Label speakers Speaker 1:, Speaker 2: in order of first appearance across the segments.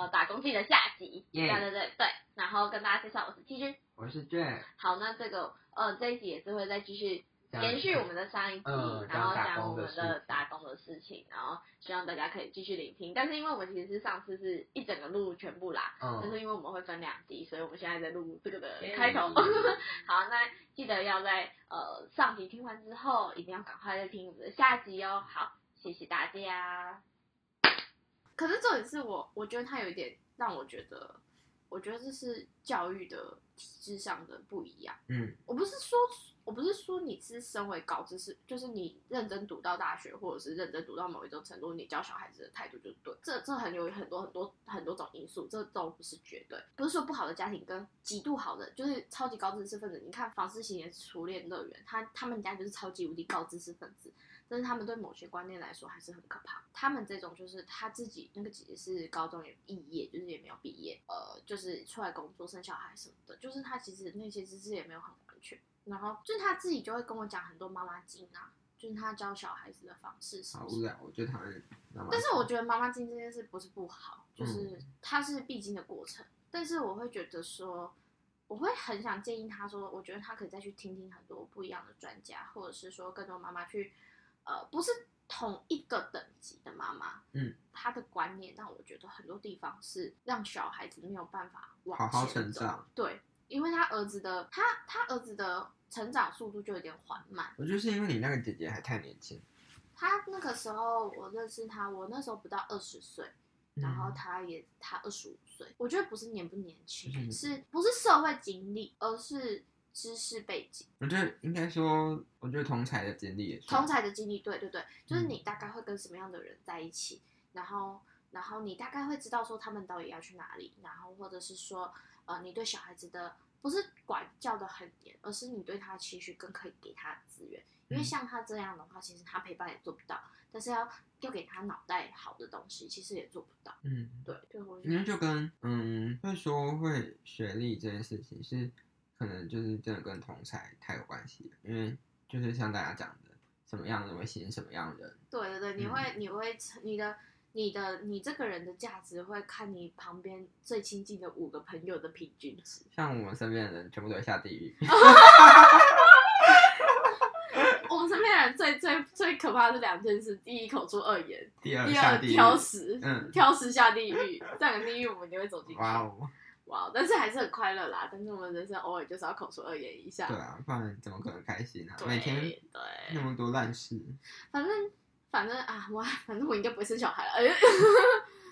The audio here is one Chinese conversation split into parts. Speaker 1: 呃打工记的下集。
Speaker 2: 耶
Speaker 1: 对对对对，然后跟大家介绍我是 T 君。
Speaker 2: 我是卷，
Speaker 1: 好，那这个呃这一集也是会再继续
Speaker 2: 讲
Speaker 1: 延续我们的上一集，
Speaker 2: 嗯
Speaker 1: 然后
Speaker 2: 讲打
Speaker 1: 讲我
Speaker 2: 工的
Speaker 1: 们
Speaker 2: 事
Speaker 1: 的打工的事情，然后希望大家可以继续聆听。但是因为我们其实是上次是一整个录全部啦，但
Speaker 2: 嗯，
Speaker 1: 是因为我们会分两集，所以我们现在在录这个的
Speaker 2: 耶
Speaker 1: 开 头。好，那记得要在呃上集听完之后，一定要赶快再听我们的下集哦。好，谢谢大家。
Speaker 3: 可是重点是我，我觉得他有一点让我觉得，我觉得这是教育的体制上的不一样。
Speaker 2: 嗯，
Speaker 3: 我不是说，我不是说你是身为高知识，就是你认真读到大学，或者是认真读到某一种程度，你教小孩子的态度就是对。这这很有很多很多很多种因素，这都不是绝对。不是说不好的家庭跟极度好的，就是超级高知识分子。你看房思琪的《初恋乐园》，他他们家就是超级无敌高知识分子，但是他们对某些观念来说还是很可怕。他们这种就是他自己那个姐姐是高中也肄业，就是也没有毕业，呃，就是出来工作生小孩什么的，就是他其实那些知识也没有很完全。然后就是他自己就会跟我讲很多妈妈经啊，就是他教小孩子的方式什
Speaker 2: 好
Speaker 3: 么什
Speaker 2: 无
Speaker 3: 么。
Speaker 2: 聊，我就讨厌。知道吗嗯
Speaker 3: 但是我觉得妈妈经这件事不是不好，就是它是必经的过程。但是我会觉得说，我会很想建议他说，我觉得他可以再去听听很多不一样的专家，或者是说更多妈妈去，呃，不是同一个等级的妈妈，
Speaker 2: 嗯，
Speaker 3: 她的观念让我觉得很多地方是让小孩子没有办法往
Speaker 2: 好好
Speaker 3: 前
Speaker 2: 成
Speaker 3: 走
Speaker 2: 长，
Speaker 3: 对，因为他儿子的他他儿子的成长速度就有点缓慢。
Speaker 2: 我就是因为你那个姐姐还太年轻，
Speaker 3: 他那个时候我认识他，我那时候不到二十岁，
Speaker 2: 嗯
Speaker 3: 然后他也他二十五岁，我觉得不是年不年轻，欸
Speaker 2: 嗯
Speaker 3: 是不是社会经历，而是知识背景、
Speaker 2: 我觉得应该说，我觉得同才的经历也算
Speaker 3: 同才的经历。对嗯对对，就是你大概会跟什么样的人在一起，然后然后你大概会知道说他们到底要去哪里，然后或者是说呃你对小孩子的不是管教的很严，而是你对他的期许更可以给他的资源，因为
Speaker 2: 嗯
Speaker 3: 像他这样的话，其实他陪伴也做不到，但是要要给他脑袋好的东西，其实也做不到。
Speaker 2: 嗯，
Speaker 3: 对，对我觉
Speaker 2: 因
Speaker 3: 得
Speaker 2: 为就跟嗯，会说会学历这件事情是可能就是真的跟同才太有关系了，因为就是像大家讲的，什么样的会吸引什么样的人，
Speaker 3: 对对
Speaker 2: 嗯
Speaker 3: 对，你会、你会你的你的你这个人的价值会看你旁边最亲近的五个朋友的平均值。
Speaker 2: 像我们身边的人全部都会下地狱，
Speaker 3: 我们身边的人最最最可怕的是两件事：第一，口出恶言；
Speaker 2: 第二
Speaker 3: 第
Speaker 2: 呃下
Speaker 3: 二，
Speaker 2: 地狱，
Speaker 3: 挑食，
Speaker 2: 嗯
Speaker 3: 挑食下地狱。这两个地狱我们就会走进去。
Speaker 2: 哇哦，
Speaker 3: 哇哦但是还是很快乐啦。但是我们人生偶尔就是要口出恶言一下。
Speaker 2: 对啊，不然怎么可能开心啊？
Speaker 3: 对
Speaker 2: 每天
Speaker 3: 对，
Speaker 2: 那么多烂事，
Speaker 3: 反正反正啊，我反正我应该不会生小孩了。 哎、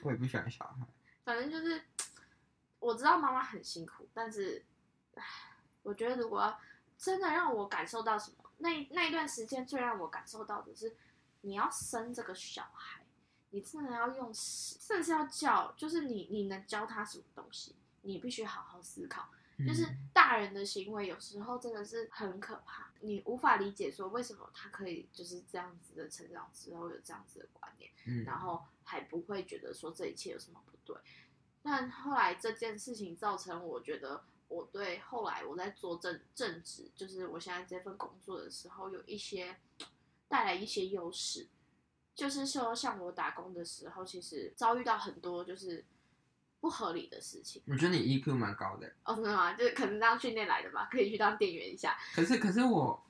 Speaker 2: 我也不喜欢小孩，
Speaker 3: 反正就是我知道妈妈很辛苦，但是唉我觉得如果要真的让我感受到什么，那一那一段时间最让我感受到的是，你要生这个小孩，你真的要用，甚至要教，就是你你能教他什么东西，你必须好好思考。就是
Speaker 2: 嗯
Speaker 3: 大人的行为有时候真的是很可怕，你无法理解说为什么他可以就是这样子的成长之后有这样子的观念。
Speaker 2: 嗯，
Speaker 3: 然后还不会觉得说这一切有什么不对。但后来这件事情造成，我觉得我对后来我在做正正职，就是我现在这份工作的时候，有一些带来一些优势，就是说像我打工的时候，其实遭遇到很多就是不合理的事情。
Speaker 2: 我觉得你 EQ 蛮高的，
Speaker 3: 哦，真的吗？就是可能当训练来的吧，可以去当店员一下。
Speaker 2: 可是可是我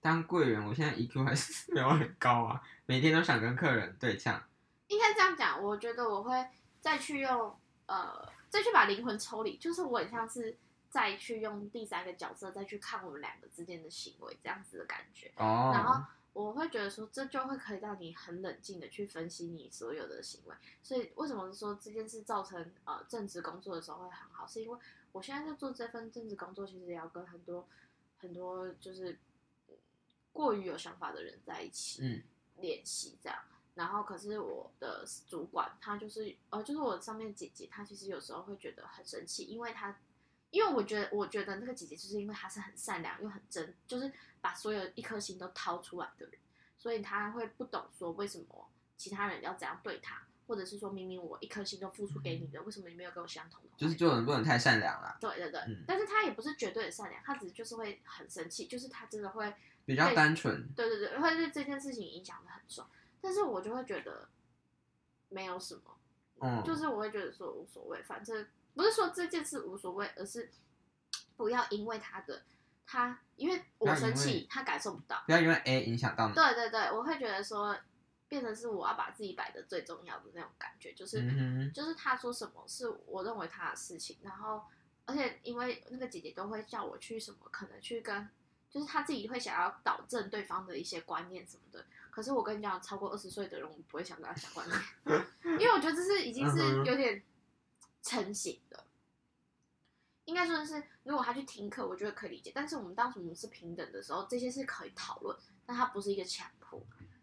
Speaker 2: 当柜员，我现在 EQ 还是没有很高啊，每天都想跟客人对呛。
Speaker 3: 应该这样讲，我觉得我会再去用呃，再去把灵魂抽离，就是我很像是再去用第三个角色再去看我们两个之间的行为这样子的感觉，
Speaker 2: 哦，
Speaker 3: 然后我会觉得说这就会可以让你很冷静的去分析你所有的行为，所以为什么说这件事造成呃正职工作的时候会很好，是因为我现在在做这份正职工作，其实也要跟很多很多就是嗯过于有想法的人在一起，
Speaker 2: 嗯，
Speaker 3: 练习这样。然后可是我的主管他就是呃，就是我上面的姐姐，她其实有时候会觉得很生气，因为她。因为我觉得，我觉得那个姐姐就是因为她是很善良又很真，就是把所有一颗心都掏出来的人，所以她会不懂说为什么其他人要怎样对她，或者是说明明我一颗心都付出给你的，为什么你没有给我相同的？
Speaker 2: 嗯就是做人不能太善良啦，
Speaker 3: 对对对，
Speaker 2: 嗯
Speaker 3: 但是她也不是绝对的善良，她只是就是会很生气，就是她真的会
Speaker 2: 比较
Speaker 3: 对
Speaker 2: 单纯。
Speaker 3: 对对对，会对这件事情影响的很重。但是我就会觉得没有什么，
Speaker 2: 嗯，
Speaker 3: 就是我会觉得说无所谓，反正不是说这件事无所谓，而是不要因为他的他，因为我生
Speaker 2: 不要因
Speaker 3: 气
Speaker 2: 为，
Speaker 3: 他感受不到。
Speaker 2: 不要因为 A 影响到你。
Speaker 3: 对对对，我会觉得说，变成是我要把自己摆的最重要的那种感觉，就是、
Speaker 2: 嗯
Speaker 3: 就是他说什么是我认为他的事情，然后而且因为那个姐姐都会叫我去什么，可能去跟就是他自己会想要导正对方的一些观念什么的。可是我跟你讲，超过二十岁的人，我不会想跟他讲观念，因为我觉得这是已经
Speaker 2: 嗯
Speaker 3: 是
Speaker 2: 哼
Speaker 3: 有点成型的。应该说是，如果他去听课，我觉得可以理解。但是我们当时我们是平等的时候，这些是可以讨论，但它不是一个强迫，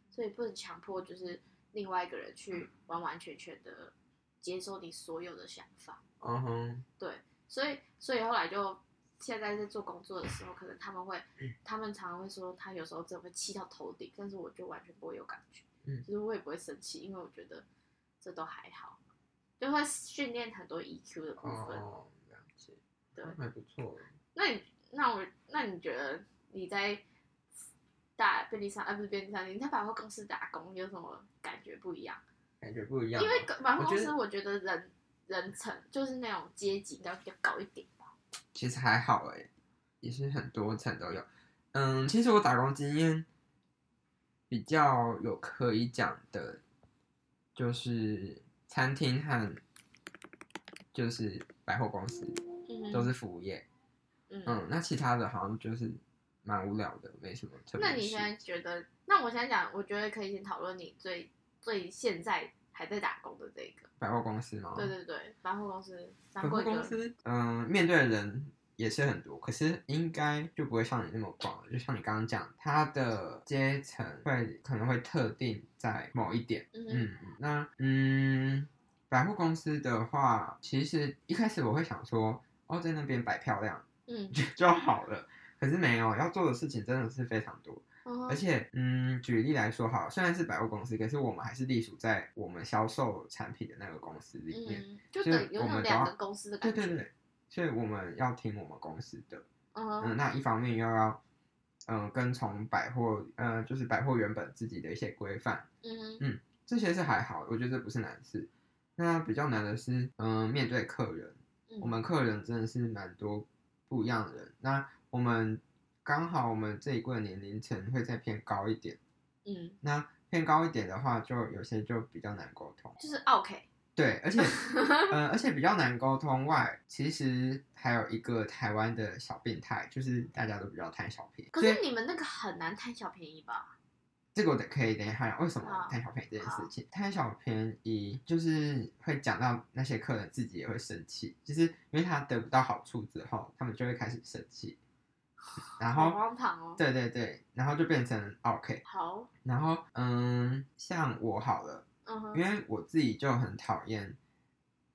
Speaker 3: 所以不能强迫就是另外一个人去完完全全的接受你所有的想法。
Speaker 2: 哼，嗯哼，
Speaker 3: 所以，所以后来就现在在做工作的时候，可能他们会，
Speaker 2: 嗯
Speaker 3: 他们常常会说他有时候真的会气到头顶，但是我就完全不会有感觉，
Speaker 2: 嗯
Speaker 3: 就是我也不会生气，因为我觉得这都还好，就会训练很多 EQ 的部分。
Speaker 2: 哦，了解，
Speaker 3: 对
Speaker 2: 还不错。
Speaker 3: 那你那我那你觉得你在大便利商啊不是便利商店，你在百货公司打工有什么感觉不一样？
Speaker 2: 感觉不一样啊
Speaker 3: 因
Speaker 2: 吗，
Speaker 3: 为百货
Speaker 2: 我
Speaker 3: 公
Speaker 2: 觉
Speaker 3: 司
Speaker 2: 得
Speaker 3: 我觉得人人层就是那种阶级应该比较高一点吧。
Speaker 2: 其实还好哎、也是很多层都有。嗯，其实我打工经验比较有可以讲的，就是餐厅和就是百货公司
Speaker 3: 嗯
Speaker 2: 都是服务业。
Speaker 3: 嗯
Speaker 2: 嗯，那其他的好像就是蛮无聊的，没什么特别
Speaker 3: 那
Speaker 2: 的事。
Speaker 3: 你现在觉得？那我现在讲，我觉得可以先讨论你最最现在还在打工的这个。
Speaker 2: 百货公司吗？
Speaker 3: 对对对，百货公司，百
Speaker 2: 哦百货公司，嗯、面对的人也是很多，可是应该就不会像你那么广了。就像你刚刚讲，它的阶层会可能会特定在某一点。
Speaker 3: 嗯哼
Speaker 2: 嗯，那嗯，百货公司的话，其实一开始我会想说，哦，在那边摆漂亮
Speaker 3: 嗯
Speaker 2: 就就好了。可是没有，要做的事情真的是非常多，
Speaker 3: 嗯
Speaker 2: 而
Speaker 3: 哼
Speaker 2: 且，嗯，举例来说好了，虽然是百货公司，可是我们还是隶属在我们销售产品的那个公司里面，
Speaker 3: 嗯，就
Speaker 2: 所以
Speaker 3: 等于有
Speaker 2: 我
Speaker 3: 那
Speaker 2: 们
Speaker 3: 种
Speaker 2: 都
Speaker 3: 两
Speaker 2: 要
Speaker 3: 个公司的
Speaker 2: 对
Speaker 3: 感觉。
Speaker 2: 对对，所以我们要听我们公司的。
Speaker 3: 嗯
Speaker 1: 哦
Speaker 2: 嗯，
Speaker 3: 哼
Speaker 2: 那一方面又要，嗯、跟从百货，呃，就是百货原本自己的一些规范，
Speaker 3: 嗯哼
Speaker 2: 这些是还好，我觉得这不是难事。那比较难的是，嗯、面对客人，
Speaker 3: 嗯，
Speaker 2: 我们客人真的是蛮多不一样的人。那我们刚好我们这一柜的年龄层会再偏高一点，
Speaker 3: 嗯
Speaker 2: 那偏高一点的话，就有些就比较难沟通。
Speaker 3: 就是 OK。
Speaker 2: 对，而且，呃，而且比较难沟通外，其实还有一个台湾的小病态，就是大家都比较贪小便宜。
Speaker 3: 可
Speaker 2: 所以
Speaker 3: 是你们那个很难贪小便宜吧？
Speaker 2: 这个我得可以等一下讲，为什么
Speaker 3: 好
Speaker 2: 贪小便宜这件事情？贪小便宜就是会讲到那些客人自己也会生气，就是因为他得不到好处之后，他们就会开始生气，然
Speaker 3: 好
Speaker 2: 后，
Speaker 3: 荒唐哦。
Speaker 2: 对对对，然后就变成 OK，
Speaker 3: 好，
Speaker 2: 然后嗯，像我好了。
Speaker 3: 嗯哼
Speaker 2: 因，为我自己就很讨厌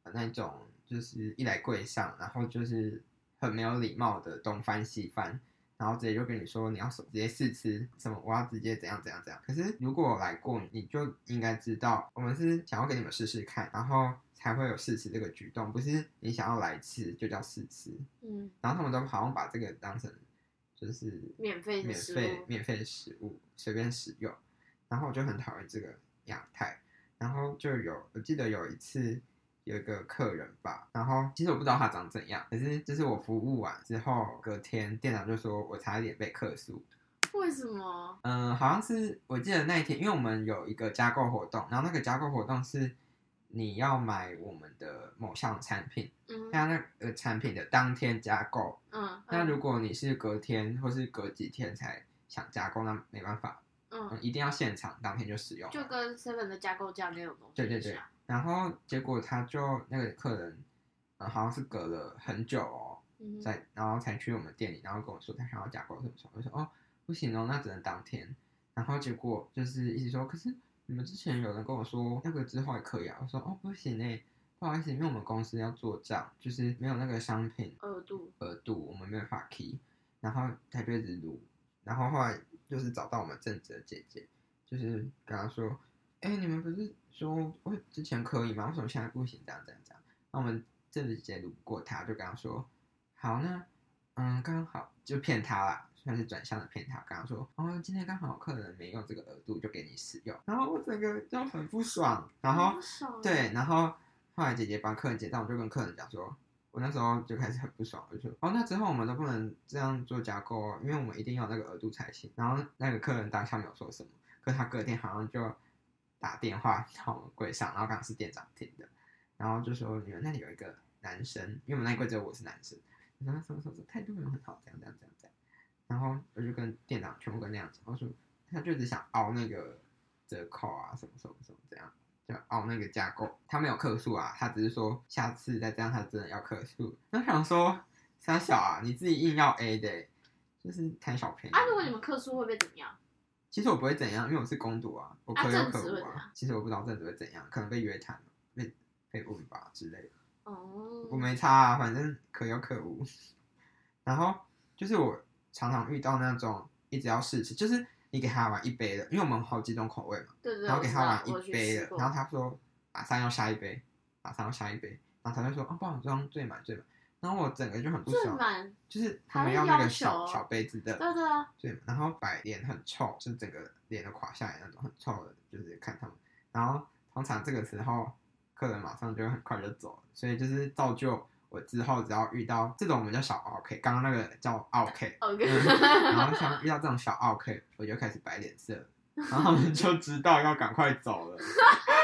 Speaker 2: 呃那种就是一来柜上，然后就是很没有礼貌的东翻西翻，然后直接就跟你说你要什么，直接试吃什么，我要直接怎样怎样怎样。可是如果我来过，你就应该知道我们是想要给你们试试看，然后才会有试吃这个举动，不是你想要来吃就叫试吃。
Speaker 3: 嗯，
Speaker 2: 然后他们都好像把这个当成就是
Speaker 3: 免费的
Speaker 2: 免
Speaker 3: 食
Speaker 2: 费
Speaker 3: 物
Speaker 2: 免费的食物随便使用，然后我就很讨厌这个样态。然后就有我记得有一次有一个客人吧，然后其实我不知道他长怎样，可是就是我服务完之后，隔天店长就说我差一点被客诉。
Speaker 3: 为什么？
Speaker 2: 嗯，好像是我记得那一天，因为我们有一个加购活动，然后那个加购活动是你要买我们的某项产品，
Speaker 3: 嗯
Speaker 2: 那那个产品的当天加购。
Speaker 3: 嗯，
Speaker 2: 那
Speaker 3: 嗯
Speaker 2: 如果你是隔天或是隔几天才想加工，那没办法，嗯
Speaker 3: 嗯，，
Speaker 2: 一定要现场当天就使用。
Speaker 3: 就跟 seven 的加购价那种东西
Speaker 2: 对对
Speaker 3: 是
Speaker 2: 对
Speaker 3: 啊，
Speaker 2: 然后结果他就那个客人，呃，好像是隔了很久哦，
Speaker 3: 嗯哼，
Speaker 2: 在然后才去我们店里，然后跟我说他想要加工什么什么，我说哦不行哦，那只能当天。然后结果就是一直说，可是你们之前有人跟我说那个之后也可以啊，我说哦不行哎、不好意思，因为我们公司要做账，就是没有那个商品
Speaker 3: 二度，
Speaker 2: 额度，我们没有办法 key，然后他就一直撸，然后后来就是找到我们正职的姐姐，就是跟她说，哎、你们不是说我之前可以吗？为什么现在不行？这样这样这样，那我们正职姐姐撸不过他，就跟他说，好那嗯，刚好就骗他啦。算是转向的骗他，跟他说：“哦，今天刚好有客人没用这个额度，就给你使用。”然后我整个就很不爽，然后
Speaker 3: 好爽啊
Speaker 2: 对，，然后后来姐姐帮客人结账，我就跟客人讲说，我那时候就开始很不爽，我就说，哦，那之后我们都不能这样做加购哦，因为我们一定要有那个额度才行。然后那个客人当下没有说什么，可他隔天好像就打电话到我们柜上，然后刚好是店长听的，然后就说你们那里有一个男生，因为我们那一柜只有我是男生，然后什么什么什么态度没有很好，这样这样这样这样。然后我就跟店长全部跟那样讲，我说他就只想熬那个折扣啊，什么什么什么这样，就熬那个架构。他没有客诉啊，他只是说下次再这样，他真的要客诉。那我想说，三小啊，你自己硬要 A 的、欸就是贪小便宜。
Speaker 3: 啊，如果你们客诉会被怎么样？
Speaker 2: 其实我不会怎样，因为我是公主啊，我可有
Speaker 3: 正
Speaker 2: 可
Speaker 3: 职会
Speaker 2: 无
Speaker 3: 怎
Speaker 2: 啊
Speaker 3: 样。
Speaker 2: 其实我不知道正职会怎样，可能被约谈，被被问吧之类的。
Speaker 3: 哦
Speaker 2: 我，没差啊，反正可有可无。然后就是我常常遇到那种一直要试吃，就是你给他玩一杯的，因为我们好几种口味嘛，
Speaker 3: 对对，
Speaker 2: 然后给他玩一
Speaker 3: 我知道
Speaker 2: 杯的，然后
Speaker 3: 我有去吃
Speaker 2: 他
Speaker 3: 过
Speaker 2: 说马上要下一杯，马上要下一杯，然后他就说啊，不好装最满最满，然后我整个就很不
Speaker 3: 最
Speaker 2: 爽，
Speaker 3: 满，
Speaker 2: 就是他
Speaker 3: 还
Speaker 2: 们
Speaker 3: 会
Speaker 2: 那
Speaker 3: 要
Speaker 2: 个
Speaker 3: 求
Speaker 2: 小
Speaker 3: 哦
Speaker 2: 小杯子的，
Speaker 3: 对对啊，
Speaker 2: 对，然后摆脸很臭，就整个脸都垮下来那种很臭的，就是看他们。然后通常这个时候客人马上就很快就走了，所以就是造就我之后只要遇到这种我们叫小 OK，刚刚那个叫 OK，
Speaker 3: 哦，
Speaker 2: 嗯然后像遇到这种小 OK，我就开始摆脸色，然后他们就知道要赶快走了。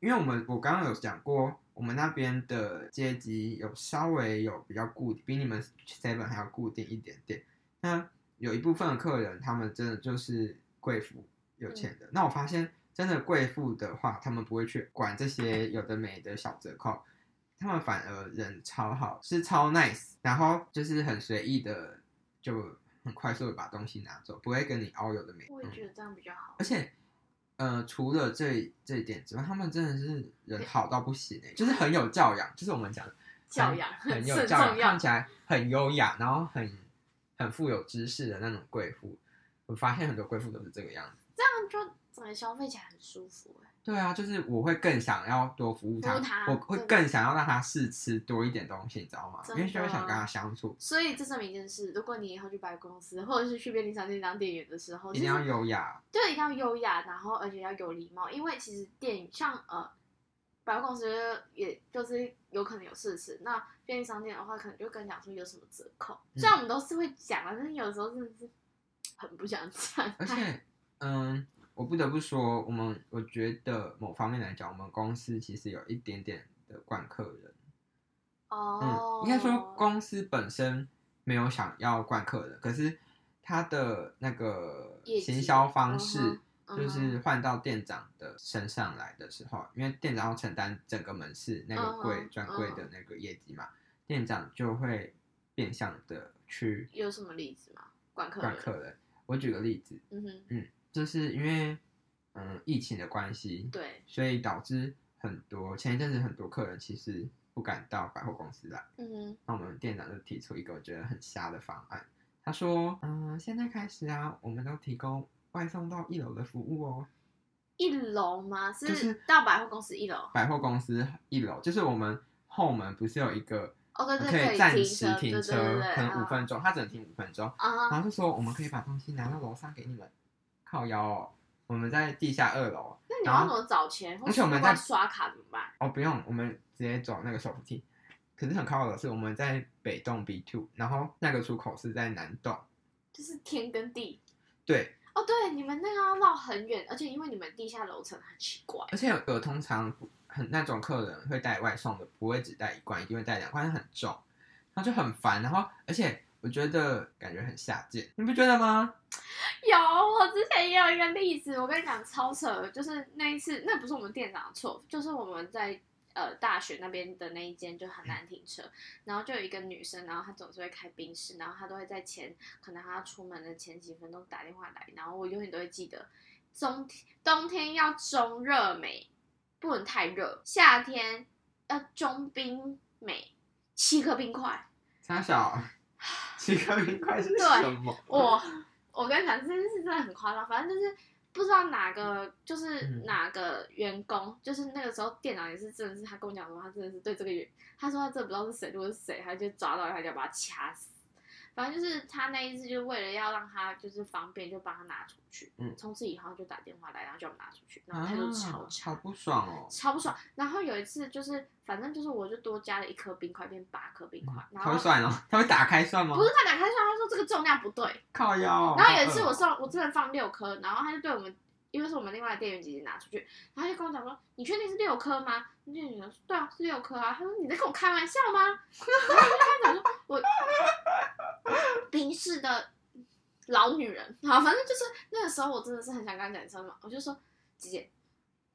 Speaker 2: 因为我们我刚刚有讲过，我们那边的阶级有稍微有比较固定，比你们 seven 还要固定一点点。那有一部分的客人，他们真的就是贵妇
Speaker 3: 嗯
Speaker 2: 有钱的。那我发现，真的贵妇的话，他们不会去管这些有的没的小折扣，他们反而人超好，是超 nice，然后就是很随意的就很快速的把东西拿走，不会跟你凹有的没。
Speaker 3: 我
Speaker 2: 嗯
Speaker 3: 也觉得这样比较好
Speaker 2: 而。且，呃，除了这这一点之外，他们真的是人好到不行、欸，就是很有教养，就是我们讲的
Speaker 3: 教养
Speaker 2: 很很有
Speaker 3: 很
Speaker 2: 教养，
Speaker 3: 重要
Speaker 2: 看起来很优雅，然后很很富有知识的那种贵妇。我发现很多贵妇都是这个样子。
Speaker 3: 这样就整个消费起来很舒服哎。
Speaker 2: 对啊，就是我会更想要多服务她，
Speaker 3: 服务她
Speaker 2: 我会
Speaker 3: 对
Speaker 2: 更想要让她试吃多一点东西，你知道吗？因
Speaker 3: 真的啊
Speaker 2: 为就会想跟她相处，
Speaker 3: 所以这证明一件事：如果你以后去百货公司，或者是去便利商店当店员的时候，
Speaker 2: 一定要
Speaker 3: 就是
Speaker 2: 优雅。
Speaker 3: 对，一定要优雅，然后而且要有礼貌，因为其实电影像呃百货公司也就是有可能有试吃，那便利商店的话可能就跟你讲说有什么折扣，
Speaker 2: 嗯
Speaker 3: 虽然我们都是会讲啊，但是有时候真的是很不想讲。
Speaker 2: 而且，嗯，我不得不说，我们我觉得某方面来讲，我们公司其实有一点点的惯客人。
Speaker 3: 哦
Speaker 2: 嗯，，应该说公司本身没有想要惯客人，可是他的那个
Speaker 3: 业绩
Speaker 2: 行销方式
Speaker 3: 嗯哼
Speaker 2: 就是换到店长的身上来的时候，因为店长要承担整个门市那个柜、
Speaker 3: 嗯哼
Speaker 2: 专柜的那个业绩嘛，店长就会变相的去
Speaker 3: 有什么例子吗？管客人，
Speaker 2: 惯客人。我举个例子，
Speaker 3: 嗯哼，
Speaker 2: 就是因为嗯疫情的关系，
Speaker 3: 对，
Speaker 2: 所以导致很多前一阵子很多客人其实不敢到百货公司来。
Speaker 3: 嗯哼，
Speaker 2: 那我们店长就提出一个我觉得很瞎的方案，他说：“嗯、现在开始啊，我们都提供外送到一楼的服务哦。
Speaker 3: 一楼吗？是
Speaker 2: 就是
Speaker 3: 到百货公司一楼。
Speaker 2: 百货公司一楼就是我们后门不是有一个
Speaker 3: 哦，对对，
Speaker 2: 可以暂时停
Speaker 3: 车，对对对，
Speaker 2: 可能五
Speaker 3: 啊
Speaker 2: 分钟，他只能停五分钟，
Speaker 3: 啊
Speaker 2: 然后就说我们可以把东西拿到楼上给你们，靠腰哦，我们在地下二楼
Speaker 3: 那你
Speaker 2: 然
Speaker 3: 要
Speaker 2: 后
Speaker 3: 怎么找钱？或
Speaker 2: 而且我们
Speaker 3: 是如果
Speaker 2: 在
Speaker 3: 刷卡怎么办？
Speaker 2: 哦，不用，我们直接走那个手扶梯。”可是很靠的是，我们在北栋 B two，然后那个出口是在南栋，
Speaker 3: 就是天跟地。
Speaker 2: 对，
Speaker 3: 哦，对，你们那个要绕很远，而且因为你们地下楼层很奇怪。
Speaker 2: 而且有有通常很那种客人会带外送的，不会只带一罐，一定会带两罐，很重，然后就很烦。然后而且我觉得感觉很下贱，你不觉得吗？
Speaker 3: 有，我之前也有一个例子，我跟你讲超扯，就是那一次，那不是我们店长的错，就是我们在呃大学那边的那一间就很难停车，然后就有一个女生，然后她总是会开宾士，然后她都会在前可能她出门的前几分钟打电话来，然后我永远都会记得，中天冬天要中热美，不能太热，夏天要中冰美，七颗冰块。
Speaker 2: 傻小，七颗冰块是
Speaker 3: 对
Speaker 2: 什么？
Speaker 3: 我我跟你讲，这件事真的很夸张，反正就是不知道哪个就是
Speaker 2: 嗯
Speaker 3: 哪个员工，就是那个时候店长也是真的是他跟我讲说，他真的是对这个员，他说他真的不知道是谁，如果是谁，他就抓到他就要把他掐死。反正就是他那一次，就是为了要让他就是方便，就帮他拿出去。
Speaker 2: 嗯
Speaker 3: 从此以后就打电话来，然后叫我们拿出去，然后态度超差，
Speaker 2: 啊好不爽哦，
Speaker 3: 超不爽。然后有一次就是，反正就是我就多加了一颗冰块，变八颗冰块。然
Speaker 2: 他会
Speaker 3: 后
Speaker 2: 算哦，他会打开算吗
Speaker 3: 不？是他打开算，他说这个重量不对。
Speaker 2: 靠腰哦。
Speaker 3: 然后有一次
Speaker 2: 好饿
Speaker 3: 我
Speaker 2: 哦
Speaker 3: 送我真的放六颗，然后他就对我们，因为是我们另外的店员姐姐拿出去，然后他就跟我讲说：“你确定是六颗吗？”那店员说：“对啊，是六颗啊。”他说：“你在跟我开玩笑吗？” 然后我就跟他讲说：“我冰室的老女人，好，反正就是那个时候我真的是很想跟他讲，你知道吗？我就说姐姐，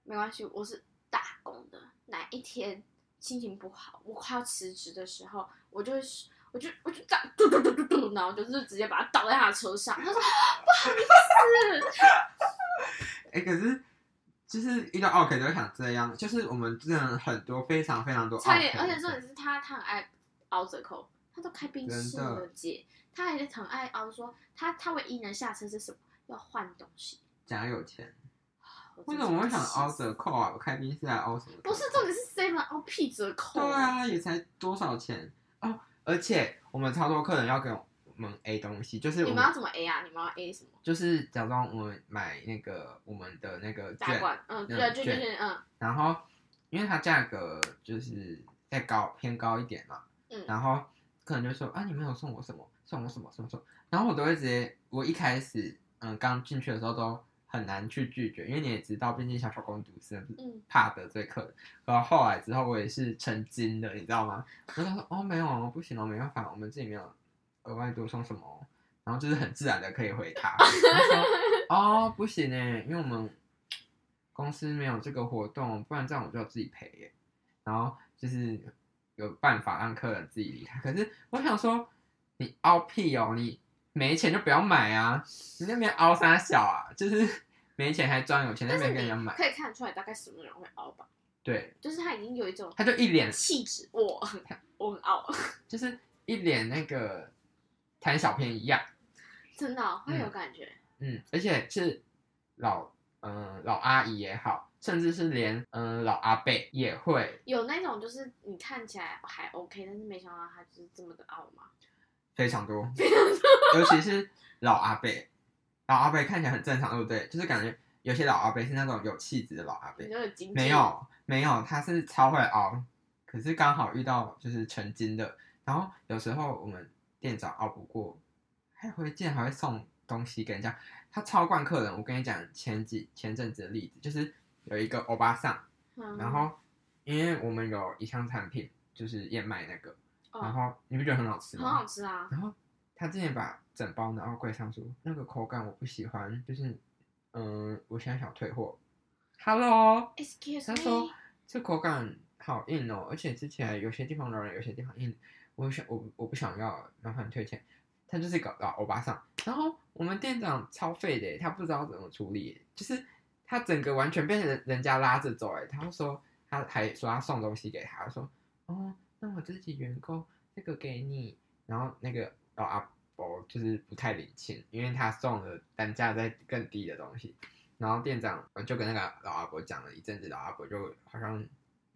Speaker 3: 没关系，我是打工的，哪一天心情不好，我快要辞职的时候，我就会是。”我就我就这样嘟嘟嘟嘟嘟，然后就是直接把他倒在他的车上。他说
Speaker 2: 哎、可是就是遇到 OK 都会想这样，就是我们真的很多非常非常多 OK，
Speaker 3: 差点，而且重点是他他很爱凹折扣，他都开冰室
Speaker 2: 真的
Speaker 3: 了姐，他还很爱凹说他他唯一能下车是什么？要换东西。
Speaker 2: 假有钱，
Speaker 3: 我真
Speaker 2: 为
Speaker 3: 的
Speaker 2: 什么会
Speaker 3: 气
Speaker 2: 想
Speaker 3: 死
Speaker 2: 凹折扣啊？我开冰室还凹什么折扣？
Speaker 3: 不是重点是 seven 凹屁折扣。
Speaker 2: 对，啊，也才多少钱哦！而且我们超多客人要给我们 A 东西，就是
Speaker 3: 你
Speaker 2: 我
Speaker 3: 们要怎么 A 啊？你们要 A 什么？
Speaker 2: 就是假装我们买那个我们的那个
Speaker 3: 大
Speaker 2: 券，
Speaker 3: 罐，嗯，对
Speaker 2: 嗯
Speaker 3: 对
Speaker 2: 券
Speaker 3: 对对，嗯，
Speaker 2: 然后因为它价格就是再高偏高一点嘛，
Speaker 3: 嗯
Speaker 2: 然后客人就说啊，你们有送我什么？送我什么？什么什么？然后我都会直接，我一开始嗯刚进去的时候都很难去拒绝，因为你也知道，毕竟小小公主是
Speaker 3: 嗯
Speaker 2: 怕得罪客人。然后后来之后，我也是成精的，你知道吗？然后他说哦没有哦，不行哦，没办法，我们自己没有额外多送什么哦、然后就是很自然的可以回他，然后说哦不行呢，因为我们公司没有这个活动，不然这样我就要自己赔耶。然后就是有办法让客人自己离开，可是我想说你凹屁哦，你没钱就不要买啊，你那边凹啥小啊？就是没钱还装有钱，那
Speaker 3: 但是
Speaker 2: 边跟
Speaker 3: 你
Speaker 2: 人家买，
Speaker 3: 可以看得出来大概什么人会凹吧？
Speaker 2: 对，
Speaker 3: 就是他已经有一种
Speaker 2: 他就一脸
Speaker 3: 气质，我很我很凹，
Speaker 2: 就是一脸那个贪小便宜一样。
Speaker 3: 真的哦会有
Speaker 2: 嗯
Speaker 3: 感觉。
Speaker 2: 嗯，而且是老嗯、老阿姨也好，甚至是连嗯、老阿伯也会
Speaker 3: 有那种就是你看起来还 OK，但是没想到他就是这么的傲嘛。
Speaker 2: 非常多，尤其是老阿伯，老阿伯看起来很正常，对不对？就是感觉有些老阿伯是那种有气质的老阿伯
Speaker 3: 你，就有经济
Speaker 2: 没有没有，他是超会熬，可是刚好遇到就是成精的，然后有时候我们店长熬不过，还会竟然还会送东西给人家，他超惯客人。我跟你讲前几前阵子的例子，就是有一个欧巴桑。
Speaker 3: 嗯，
Speaker 2: 然后因为我们有一项产品就是燕麦那个，
Speaker 3: 哦
Speaker 2: 然后你不觉得很好吃
Speaker 3: 很好
Speaker 2: 吗？
Speaker 3: 吃 啊，
Speaker 2: 然后他之前把整包拿到柜上说那个口感我不喜欢，就是嗯、我现在想退货。Hello，
Speaker 3: Excuse
Speaker 2: 他说
Speaker 3: me，
Speaker 2: 这口感好硬哦，而且吃起来有些地方软软，有些地方硬，我想我我不想要，麻烦退钱。他就是搞到欧巴桑，然后我们店长超废的耶，欸他不知道怎么处理耶，就是他整个完全被人人家拉着走，哎，他说他还说他送东西给他，说哦，那我自己员工这个给你，然后那个老阿伯就是不太领情，因为他送了单价再更低的东西，然后店长呃就跟那个老阿伯讲了一阵子，老阿伯就好像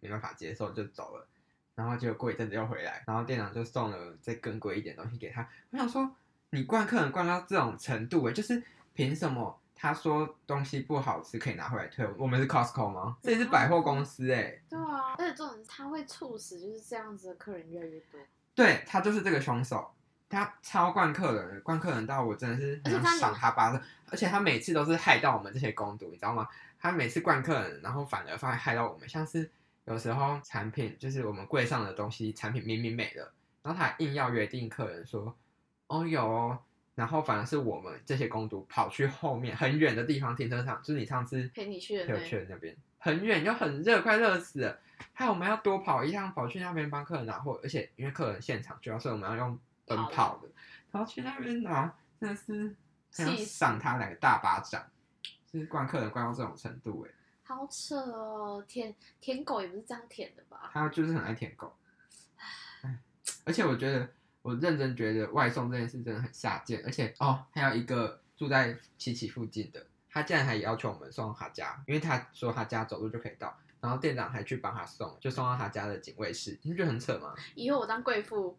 Speaker 2: 没办法接受就走了。然后结果过一阵子又回来，然后店长就送了再更贵一点的东西给他。我想说，你惯客人惯到这种程度、欸，就是凭什么他说东西不好吃可以拿回来退？我们是 Costco 吗？这也是百货公司哎、
Speaker 3: 对啊，而且这种他会促使就是这样子的客人越来越多，
Speaker 2: 对他就是这个凶手，他超惯客人的，惯客人到我真的是很
Speaker 3: 而且他
Speaker 2: 想赏他巴掌，而且他每次都是害到我们这些工读，你知道吗？他每次惯客人，然后反而反而害到我们，像是有时候产品就是我们柜上的东西，产品明明美了，然后他还硬要约定客人说，哦有哦。然后反而是我们这些工读跑去后面很远的地方停车场，就是你上次
Speaker 3: 陪你去的
Speaker 2: 陪我
Speaker 3: 那
Speaker 2: 去的那边，很远又很热，快热死了。还有我们要多跑一趟，跑去那边帮客人拿货，而且因为客人现场主要，所以我们要用奔跑的，然后去那边拿，真的是想
Speaker 3: 气死
Speaker 2: 赏他两个大巴掌，就是惯客人惯到这种程度哎、
Speaker 3: 好扯哦，舔舔狗也不是这样舔的吧？
Speaker 2: 他就是很爱舔狗，唉而且我觉得我认真觉得外送这件事真的很下贱，而且哦，还有一个住在七七附近的，他竟然还要求我们送他家，因为他说他家走路就可以到，然后店长还去帮他送，就送到他家的警卫室，你不觉得很扯吗？
Speaker 3: 以后我当贵妇，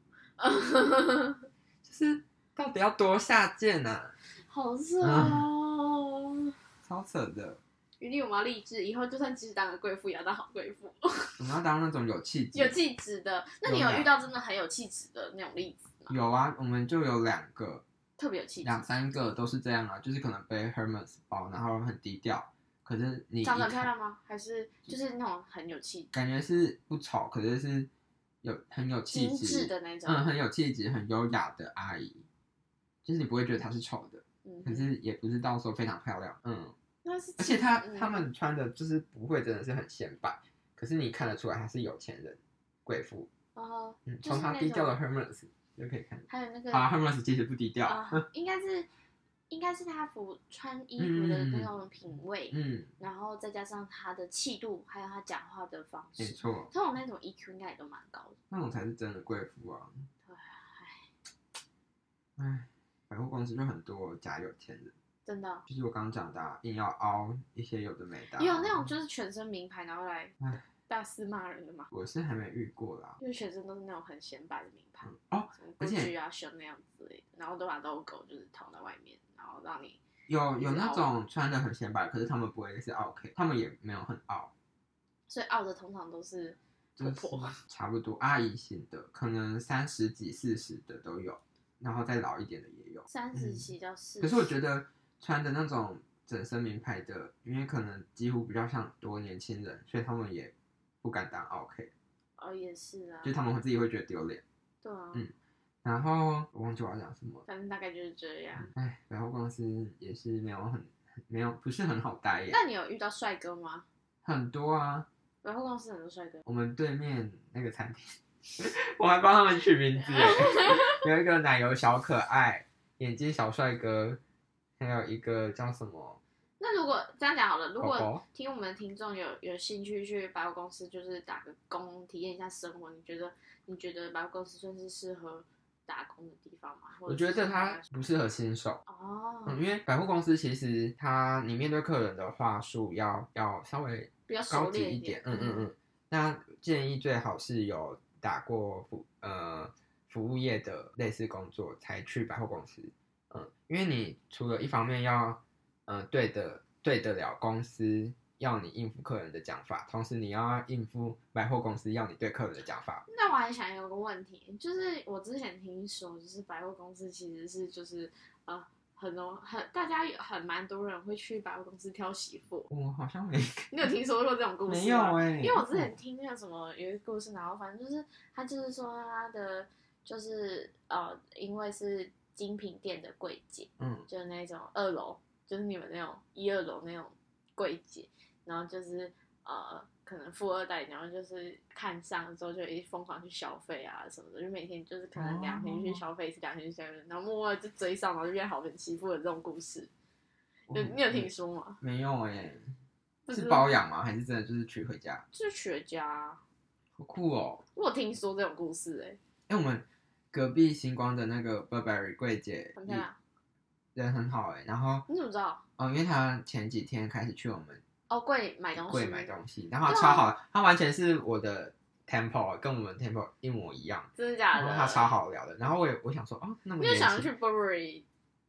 Speaker 2: 就是到底要多下贱啊？
Speaker 3: 好热哦！
Speaker 2: 超扯的！
Speaker 3: 于丽，我们要励志，以后就算即使当个贵妇，也要当好贵妇，
Speaker 2: 我们要当那种有气质。
Speaker 3: 有气质的。那你有
Speaker 2: 有啊
Speaker 3: 遇到真的很有气质的那种例子吗？
Speaker 2: 有啊，我们就有两个、
Speaker 3: 特别有气质，
Speaker 2: 两三个都是这样啊，就是可能背 Hermes 包，然后很低调，可是你一
Speaker 3: 长得很漂
Speaker 2: 看
Speaker 3: 亮吗？还是就是那种很有气
Speaker 2: 感觉是不丑，可是是有很有气
Speaker 3: 精
Speaker 2: 质
Speaker 3: 致的那种？
Speaker 2: 嗯，很有气质、很优雅的阿姨，就是你不会觉得她是丑的，
Speaker 3: 嗯
Speaker 2: 可是也不是到时候非常漂亮，嗯，
Speaker 3: 那是
Speaker 2: 而且她
Speaker 3: 嗯
Speaker 2: 她们穿的就是不会真的是很显摆，可是你看得出来她是有钱人、贵妇，
Speaker 3: 哦，
Speaker 2: 嗯，
Speaker 3: 就是
Speaker 2: 从她
Speaker 3: 那
Speaker 2: 低调的
Speaker 3: 种
Speaker 2: Hermes 就可以看，
Speaker 3: 还有那个
Speaker 2: 啊，Hermes 其实不低调，
Speaker 3: 啊、 应该是应该是他服穿衣服的那种品味，
Speaker 2: 嗯，
Speaker 3: 然后再加上他的气度，还有他讲话的方
Speaker 2: 没
Speaker 3: 式，
Speaker 2: 错，
Speaker 3: 他有那种 EQ 应该也都蛮高的。
Speaker 2: 那种才是真的贵妇啊
Speaker 3: 对，
Speaker 2: 唉，百货公司就很多假有钱人，
Speaker 3: 真的
Speaker 2: 就是我刚刚讲的、啊，硬要凹一些有的没的啊，嗯
Speaker 3: 有那种就是全身名牌，然后来
Speaker 2: 唉
Speaker 3: 大肆骂人的嘛，
Speaker 2: 我是还没遇过啦，
Speaker 3: 因为全身都是那种很显摆的名牌，
Speaker 2: 嗯哦，
Speaker 3: 什么
Speaker 2: 而且
Speaker 3: Gucci 啊、Chanel 之类的，然后都把 logo 就是套在外面，然后让你
Speaker 2: 有有
Speaker 3: 是
Speaker 2: 那
Speaker 3: 凹
Speaker 2: 种穿的很显摆，可是他们不会是 OK，他们也没有很傲，
Speaker 3: 所以傲的通常都是
Speaker 2: 就
Speaker 3: 婆
Speaker 2: 是
Speaker 3: 婆，
Speaker 2: 差不多阿姨型的，可能三十几、四十的都有，然后再老一点的也有。
Speaker 3: 三十七到四十。
Speaker 2: 嗯可是我觉得穿的那种整身名牌的，因为可能几乎比较像多年轻人，所以他们也不敢当 OK，
Speaker 3: 哦也是啊
Speaker 2: 就，他们会自己会觉得丢脸。
Speaker 3: 对啊，
Speaker 2: 嗯然后我忘记我要讲什么了，
Speaker 3: 反正大概就是这样。
Speaker 2: 哎，百货公司也是没有很没有不是很好待耶，
Speaker 3: 那你有遇到帅哥吗？
Speaker 2: 很多啊，
Speaker 3: 百货公司很多帅哥，
Speaker 2: 我们对面那个餐厅， 我还帮他们取名字耶， 有一个奶油小可爱，眼睛小帅哥，还有一个叫什么
Speaker 3: 那如果这样讲好了，如
Speaker 2: 狗
Speaker 3: 果
Speaker 2: 狗，
Speaker 3: 听我们的听众有有兴趣去百货公司，就是打个工，体验一下生活，你觉得你觉得百货公司算是适合打工的地方吗？或
Speaker 2: 我
Speaker 3: 者
Speaker 2: 觉
Speaker 3: 是
Speaker 2: 得
Speaker 3: 对
Speaker 2: 他
Speaker 3: 来说
Speaker 2: 不适合新手。
Speaker 3: 哦，
Speaker 2: 嗯，因为百货公司其实它你面对客人的话术要要稍微
Speaker 3: 比较
Speaker 2: 高
Speaker 3: 熟
Speaker 2: 级
Speaker 3: 练
Speaker 2: 一
Speaker 3: 点
Speaker 2: 点，，嗯嗯嗯。那建议最好是有打过服呃服务业的类似工作才去百货公司，嗯，因为你除了一方面要嗯、呃对的对得了公司要你应付客人的讲法，同时你要应付百货公司要你对客人的讲法，
Speaker 3: 那我还想有个问题，就是我之前听说，就是百货公司其实是就是呃很多很大家有很蛮多人会去百货公司挑媳妇，
Speaker 2: 我好像没
Speaker 3: 你有听说过这种故事吗？
Speaker 2: 没有哎、
Speaker 3: 啊因为我之前听那个什么有一个故事，然后反正就是他就是说他的就是呃，因为是精品店的柜姐，
Speaker 2: 嗯
Speaker 3: 就是那种二楼，就是你们那种一二楼那种柜姐，然后就是呃，可能富二代，然后就是看上了之后就一直疯狂去消费啊什么的，就每天就是可能两天去消费一次，两天去消费一次，然后默默地就追上，然后就变好人欺负的这种故事，
Speaker 2: 我
Speaker 3: 就你有听说吗？
Speaker 2: 嗯没有哎、
Speaker 3: 不知
Speaker 2: 是
Speaker 3: 道
Speaker 2: 包养吗？还是真的就是娶回家？
Speaker 3: 就是学家啊，
Speaker 2: 好酷哦！
Speaker 3: 我有听说这种故事哎、
Speaker 2: 哎、我们隔壁星光的那个 Burberry 柜姐，
Speaker 3: 很漂亮。
Speaker 2: 人很好哎、然后
Speaker 3: 你怎么知道？
Speaker 2: 哦，因为她前几天开始去我们
Speaker 3: 哦，柜买东西，
Speaker 2: 柜买东西，然后她
Speaker 3: 对啊
Speaker 2: 超好，她完全是我的 tempo，跟我们 tempo 一模一样，
Speaker 3: 真的假
Speaker 2: 然
Speaker 3: 的？
Speaker 2: 后她超，好聊的。然后我也我想说，哦，那么
Speaker 3: 因为
Speaker 2: 年
Speaker 3: 想要
Speaker 2: 轻，
Speaker 3: 去 Burberry，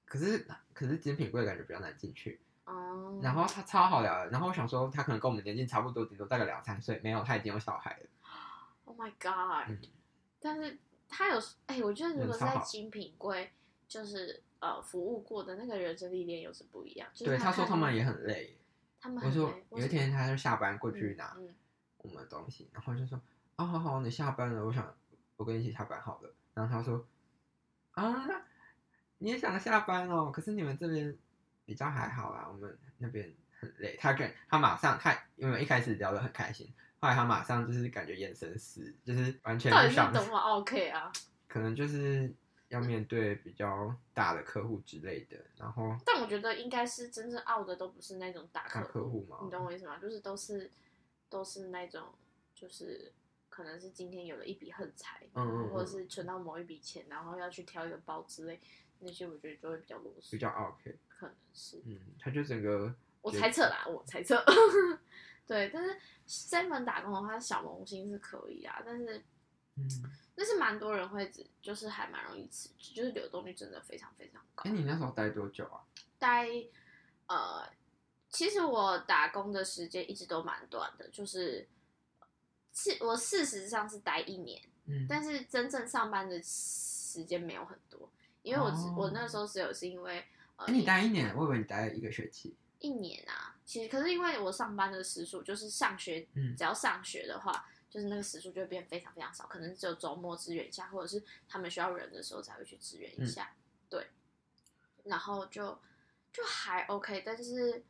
Speaker 2: 可是可是精品柜感觉比较难进去。
Speaker 3: 哦，
Speaker 2: 然后她超好聊的，然后我想说，她可能跟我们年纪差不多，顶多大概两三岁，没有，她已经有小孩了。
Speaker 3: Oh my God！、
Speaker 2: 嗯
Speaker 3: 但是他有，哎、我觉得如果
Speaker 2: 人
Speaker 3: 是
Speaker 2: 超
Speaker 3: 在
Speaker 2: 好
Speaker 3: 精品柜，就是呃服务过的那个人生历练又是不一样。就是、
Speaker 2: 对，她说他
Speaker 3: 他
Speaker 2: 们也，很累。
Speaker 3: 他们
Speaker 2: 我
Speaker 3: 很
Speaker 2: 说
Speaker 3: 累
Speaker 2: 有一天他就下班过
Speaker 3: 我
Speaker 2: 去拿
Speaker 3: 嗯，嗯
Speaker 2: 我们的东西，然后就说啊、好好，你下班了，我想我跟你一起下班好了。然后他说啊，你也想下班哦？可是你们这边比较还好啦，我们那边很累。他感他马上他因为一开始聊得很开心，后来他马上就是感觉眼神死，就是完全
Speaker 3: 到底
Speaker 2: 不
Speaker 3: 是
Speaker 2: 想，
Speaker 3: 懂么 OK 啊？
Speaker 2: 可能就是要面对比较大的客户之类的，然后
Speaker 3: 但我觉得应该是真正傲的都不是那种大
Speaker 2: 大客户嘛
Speaker 3: 你懂我意思吗？就是都是都是那种就是可能是今天有了一笔横财，
Speaker 2: 嗯嗯
Speaker 3: 或
Speaker 2: 嗯，
Speaker 3: 者是存到某一笔钱，然后要去挑一个包之类，那些我觉得就会比较啰嗦，
Speaker 2: 比较 OK，
Speaker 3: 可能是
Speaker 2: 嗯，他就整个
Speaker 3: 我
Speaker 2: 对
Speaker 3: 猜测啦，我猜测。 啊对，但是 seven 打工的话，小萌新是可以啦，但是
Speaker 2: 嗯，
Speaker 3: 但是蛮多人会只就是还蛮容易辞职，就是流动率真的非常非常高
Speaker 2: 哎、。你那时候待多久啊？
Speaker 3: 待呃，其实我打工的时间一直都蛮短的，就是是我事实上是待一年，
Speaker 2: 嗯，
Speaker 3: 但是真正上班的时间没有很多，因为我只、
Speaker 2: 哦
Speaker 3: 我那时候只有是因为呃
Speaker 2: 哎、你待一年，我以为你待一个学期。
Speaker 3: 一年啊，其实可是因为我上班的时数就是上学，
Speaker 2: 嗯
Speaker 3: 只要上学的话，就是那个时数就会变非常非常少，可能只有周末支援一下，或者是他们需要人的时候才会去支
Speaker 2: 嗯
Speaker 3: 援一下。对，然后就就还 OK，但是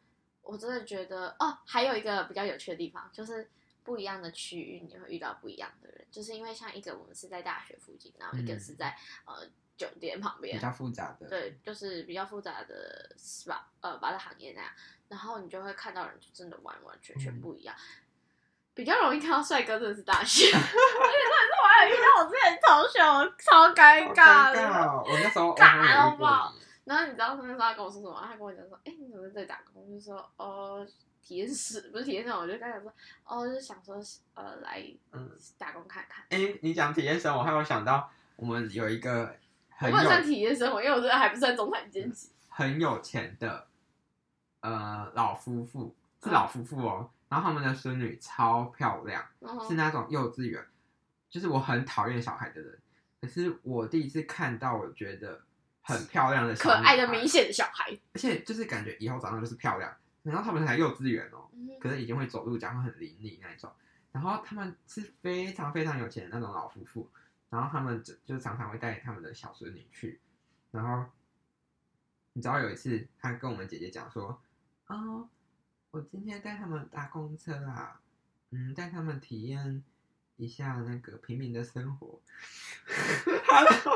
Speaker 3: 我真的觉得哦，还有一个比较有趣的地方就是。不一样的区域，你会遇到不一样的人，就是因为像一个我们是在大学附近，然后一个
Speaker 2: 嗯
Speaker 3: 是在、呃酒店旁边
Speaker 2: 比，较复杂的，
Speaker 3: 对，就是比较复杂的 SPA 呃 SPA 的行业那样，然后你就会看到人就真的完完全全
Speaker 2: 嗯
Speaker 3: 不一样。比较容易看到帅哥真的是大 学，因为真的是我还有遇到我之前的同学，我超尴
Speaker 2: 好尴
Speaker 3: 尬的。
Speaker 2: 尬哦！我那时候
Speaker 3: 尬
Speaker 2: 哦我有遇
Speaker 3: 到爆
Speaker 2: 过你
Speaker 3: 然后你知道他那时候他跟我说什么？他跟我讲说：“哎、你怎么在打工？”我就说：“哦，体验室不是体验室，我就跟他讲说：哦，就是想说呃来
Speaker 2: 嗯
Speaker 3: 打工看看。
Speaker 2: 哎、你讲体验生活，还有想到我们有一个很
Speaker 3: 我不能算
Speaker 2: 有
Speaker 3: 体验生活，因为我真的还不算中产阶级。
Speaker 2: 很有钱的呃老夫妇，是
Speaker 3: 嗯
Speaker 2: 老夫妇哦。然后他们的孙女超漂亮，
Speaker 3: 然后
Speaker 2: 是那种幼稚园，就是我很讨厌小孩的人，可是我第一次看到，我觉得很漂亮的小
Speaker 3: 可爱的
Speaker 2: 女孩
Speaker 3: 明显的小孩，
Speaker 2: 而且就是感觉以后长大就是漂亮。然后他们才幼稚园哦，可是已经会走路，讲话很伶俐那一种。然后他们是非常非常有钱的那种老夫妇，然后他们就就常常会带他们的小孙女去。然后你知道有一次，他跟我们姐姐讲说：“哦，我今天带他们搭公车啦，嗯，带他们体验一下那个平民的生活。”他说：“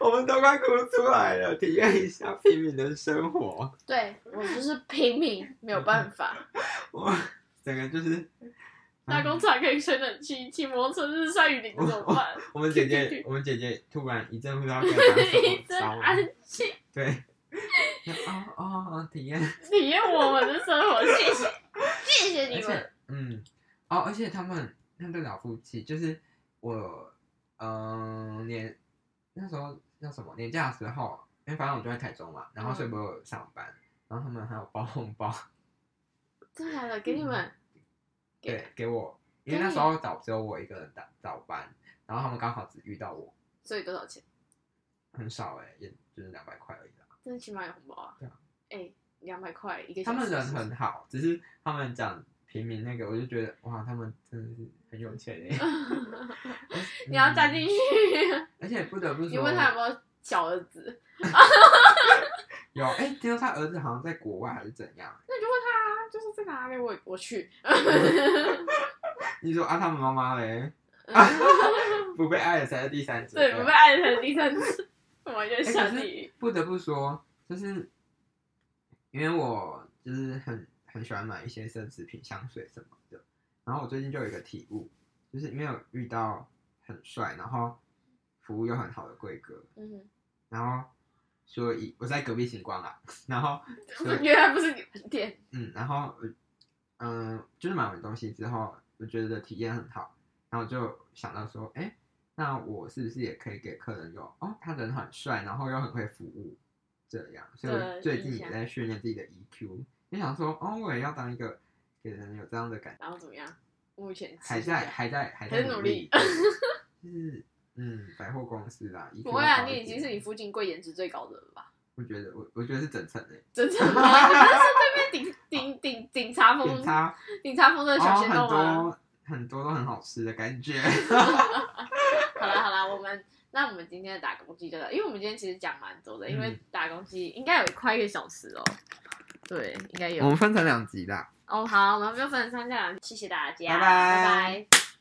Speaker 2: 我们都快哭出来了，体验一下平民的生活。”
Speaker 3: 对我就是平民，没有办法。
Speaker 2: 我整个就是
Speaker 3: 搭公
Speaker 2: 嗯
Speaker 3: 车还可以吹冷气，骑摩托车就是晒雨淋怎么 办？
Speaker 2: 我们姐姐，我们姐姐突然一阵不知 道该讲
Speaker 3: 一
Speaker 2: 什
Speaker 3: 阵
Speaker 2: 么，啊
Speaker 3: 安
Speaker 2: 然后
Speaker 3: 静
Speaker 2: 对，就哦哦哦，体验，
Speaker 3: 体验我们的生活，谢谢谢谢
Speaker 2: 而
Speaker 3: 你们。
Speaker 2: 且嗯，哦，而且他们那对老夫妻，就是我嗯、呃年那时候叫什么年假的时候，因为反正我就在台中嘛，然后所以
Speaker 3: 嗯
Speaker 2: 我有上班，然后他们还有包红包，
Speaker 3: 真的假的？
Speaker 2: 嗯
Speaker 3: 给你们给
Speaker 2: 对，给我，因为那时候早只有我一个人早早班，然后他们刚好只遇到我，
Speaker 3: 所以多少钱？
Speaker 2: 很少哎、也就是两百块而已啦。
Speaker 3: 真的起码有红包啊
Speaker 2: 对啊！
Speaker 3: 哎，两百块一个小
Speaker 2: 他
Speaker 3: 时。
Speaker 2: 们人很好，只是他们讲平民那个，我就觉得哇，他们真的是很有钱哎、
Speaker 3: 你要加进去，
Speaker 2: 而且不得不说，
Speaker 3: 你问他有没有小儿子？
Speaker 2: 有哎、听说他儿子好像在国外还是怎样、
Speaker 3: 那你就问他啊，就是这个阿妹，我我去。
Speaker 2: 你说啊，他们妈妈 嘞， 不被爱的才是第三者。
Speaker 3: 对，不被爱才是第三次，我完全
Speaker 2: 啊哎
Speaker 3: 想
Speaker 2: 可是
Speaker 3: 你。
Speaker 2: 不得不说，就是因为我就是很很喜欢买一些奢侈品、香水什么的。然后我最近就有一个体悟，就是因为有遇到很帅，然后服务又很好的贵哥，
Speaker 3: 嗯，
Speaker 2: 然后所以我在隔壁星光啊，然后所以
Speaker 3: 原来不是你们店。
Speaker 2: 嗯，然后嗯、呃就是买完东西之后，我觉得体验很好，然后就想到说，哎，那我是不是也可以给客人有哦，他人很帅，然后又很会服务，这样，所以
Speaker 3: 的
Speaker 2: 我最近
Speaker 3: 印
Speaker 2: 也
Speaker 3: 象
Speaker 2: 在训练自己的 EQ，就想说，哦，我也要当一个给人有这样的感觉，
Speaker 3: 然后怎么样？目前
Speaker 2: 还在还在还
Speaker 3: 还
Speaker 2: 在
Speaker 3: 在努
Speaker 2: 力
Speaker 3: 力，
Speaker 2: 就是嗯，百货公司啦，，E
Speaker 3: 不会啊，
Speaker 2: EQ
Speaker 3: 你已
Speaker 2: 高一
Speaker 3: 经
Speaker 2: 点
Speaker 3: 是你附近贵颜值最高的了吧？
Speaker 2: 我觉得我我觉得是整层的、
Speaker 3: 真的吗？那是对面顶顶顶顶茶
Speaker 2: 欸，
Speaker 3: 风
Speaker 2: 差
Speaker 3: 顶茶风的小鲜
Speaker 2: 哦、很
Speaker 3: 肉吗？
Speaker 2: 多很多都很好吃的感觉。
Speaker 3: 好啦好啦，我们那我们今天的打工记就到，因为我们今天其实讲蛮多的，因为
Speaker 2: 嗯
Speaker 3: 打工记应该有快一个小时哦。对，应该有
Speaker 2: 我。们分成两集啦。
Speaker 3: 哦，好，我们就分成上下两，谢谢大家，
Speaker 2: 拜拜
Speaker 3: 拜拜